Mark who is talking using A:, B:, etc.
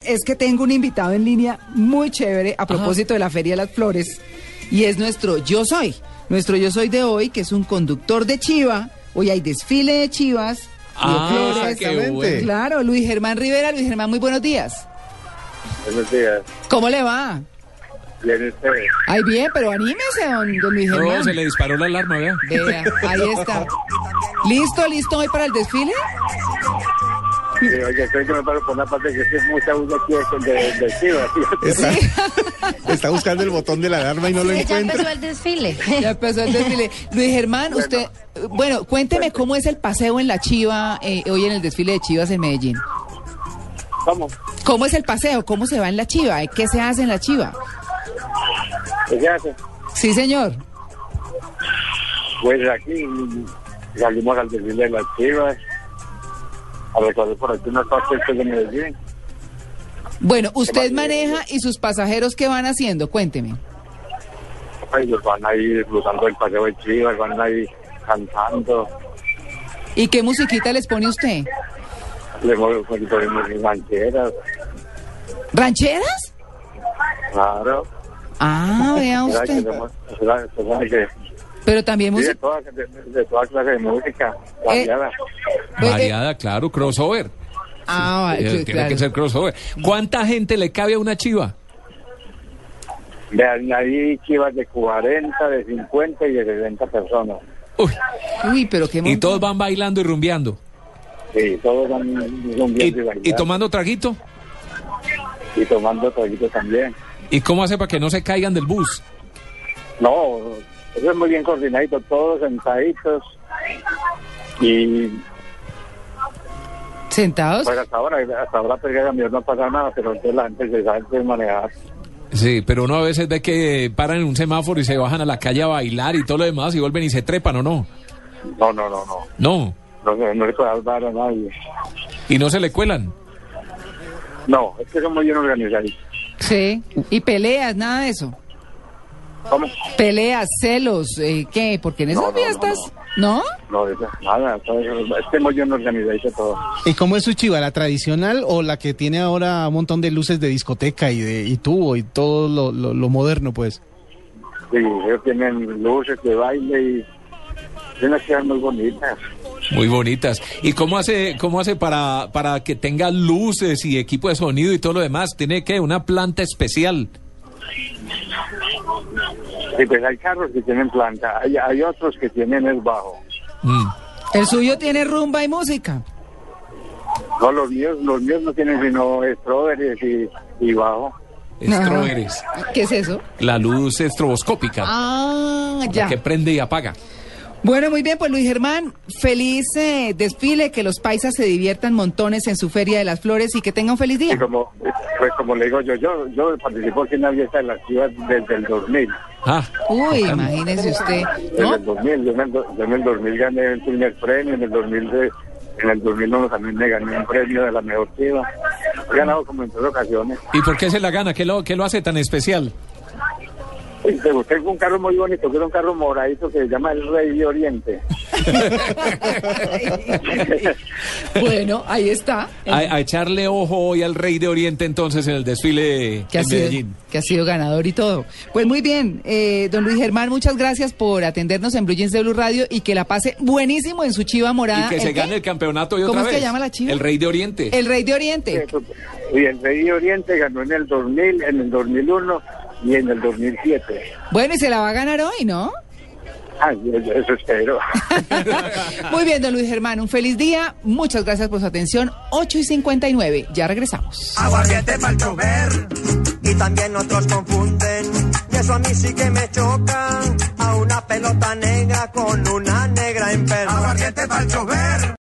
A: Es que tengo un invitado en línea muy chévere a propósito de la Feria de las Flores y es nuestro Yo Soy. Nuestro Yo Soy de hoy, que es un conductor de Chiva. Hoy hay desfile de Chivas. y de
B: Ah,
A: flores.
B: qué bueno.
A: Claro, Luis Germán Rivera. Luis Germán, muy buenos días.
C: Buenos días.
A: ¿Cómo le va?
C: Bien, ustedes.
A: Ay, bien, pero anímese, don, don Luis Germán.
B: No, se le disparó la alarma, vea.
A: Vea, ahí está. ¿Listo, listo hoy para el desfile?
C: Sí, oye, creo que me paro por una parte que sí es mucha uno aquí es el de, de Chivas.
D: Está, está buscando el botón de la alarma y no lo
E: Sí, ya
D: encuentra.
E: empezó el desfile.
A: Ya empezó el desfile. Luis Germán, usted, bueno, cuénteme cómo es el paseo en la Chiva eh, hoy en el desfile de Chivas en Medellín.
C: Vamos.
A: ¿Cómo es el paseo? ¿Cómo se va en la chiva? ¿Qué se hace en la chiva?
C: ¿Qué hace?
A: Sí, señor.
C: Pues aquí salimos al desfile de las Chivas, a recorrer por aquí unas partes pues, de Medellín.
A: Bueno, usted maneja y sus pasajeros, ¿qué van haciendo? Cuénteme.
C: Ellos van ahí disfrutando del paseo de Chivas, van ahí cantando,
A: ¿Y qué musiquita les pone usted?
C: le mueven con sus mancheras,
A: ¿Rancheras?
C: claro.
A: Ah, vea
C: Será que
A: usted.
C: tenemos- será- será que-
A: Pero también
C: sí, de
A: música.
C: toda, de, de toda clase de música, variada.
B: Variada, claro, crossover.
A: Pues, eh, Ah,
B: Eh,
A: vale,
B: Tiene que
A: claro.
B: ser crossover. ¿Cuánta gente le cabe a una chiva?
C: Vean, ahí chivas de 40, de 50 y de 60 personas.
B: Uy,
A: Uy, pero qué
B: y
A: montón.
B: todos van bailando y rumbeando.
C: Sí, todos van son
B: Y,
C: bien de bailar.
B: y tomando traguito.
C: Y tomando traguitos también.
B: ¿Y cómo hace para que no se caigan del bus?
C: No, eso es muy bien coordinadito, todos sentaditos. Y
A: ¿Sentados?
C: pues hasta ahora, hasta ahora pues, gracias a Dios, no pasa nada, pero entonces la gente se sabe pues, manejar.
B: Sí, pero uno a veces ve que paran en un semáforo y se bajan a la calle a bailar y todo lo demás y vuelven y se trepan o no.
C: No, no, no, no.
B: No.
C: No, se- no le puede hablar a nadie.
B: Y no se le cuelan.
C: No, es que son muy bien organizados.
A: Sí. ¿Y peleas? Nada de eso.
C: ¿Cómo?
A: ¿Peleas, celos? eh, ¿Qué? Porque en esas
C: No, no, no,
A: fiestas. ¿No?
C: No, eso- nada, todo eso- es que muy bien organizadito todo.
D: ¿Y cómo es su chiva? ¿La tradicional o la que tiene ahora un montón de luces de discoteca y de y tubo y todo lo, lo- lo moderno, pues?
C: Sí, ellos tienen luces de baile y tienen que ser muy bonitas.
B: Muy bonitas. ¿Y cómo hace, cómo hace para, para que tenga luces y equipo de sonido y todo lo demás? ¿Tiene que una planta especial?
C: Sí, pues hay carros que tienen planta, hay, hay otros que tienen el bajo.
B: Mm.
A: El suyo tiene rumba y música.
C: No, los míos, los míos no tienen sino estróveres y, y bajo.
B: Estroberes.
A: ¿Qué es eso?
B: La luz estroboscópica.
A: Ah, ya.
B: la que prende y apaga.
A: Bueno, muy bien, pues Luis Germán, feliz eh, desfile, que los paisas se diviertan montones en su Feria de las Flores y que tengan un feliz
C: Y
A: día.
C: como, pues como le digo yo, yo, yo participo aquí en la fiesta de las chivas desde el 2000.
B: Ah,
A: Uy, imagínese usted,
C: Desde
A: ¿no?
C: el 2000, yo en el, do- yo en el 2000 gané el primer premio, en el 2000 de- en el 2001 también me gané un premio de la mejor chiva. He ganado como en tres ocasiones.
B: ¿y por qué se la gana? ¿Qué lo, qué lo hace tan especial?
C: Y te busqué un carro muy bonito, que era un carro moradito que se llama el Rey de Oriente.
A: Bueno, ahí está. eh,
B: A, a echarle ojo hoy al Rey de Oriente entonces en el desfile
A: Que ha,
B: en
A: sido,
B: Medellín.
A: que ha sido ganador y todo. Pues muy bien, eh, don Luis Germán, muchas gracias por atendernos en Blue Jeans de Blue Radio y que la pase buenísimo en su chiva morada.
B: Y que
A: ¿El
B: se
A: qué?
B: gane el campeonato hoy
A: ¿Cómo
B: otra
A: es que
B: vez.
A: llama la chiva?
B: El Rey de Oriente.
A: El Rey de Oriente.
C: Y el Rey de Oriente ganó en el 2000, en el 2001 y en el 2007.
A: Bueno, y se la va a ganar hoy, ¿no?
C: Ay, eso espero.
A: Muy bien, don Luis Germán, un feliz día. Muchas gracias por su atención. 8 y 59, ya regresamos.
F: Aguardiente para chover y también otros confunden y eso a mí sí que me choca a una pelota negra con una negra en perro. Aguardiente para chover.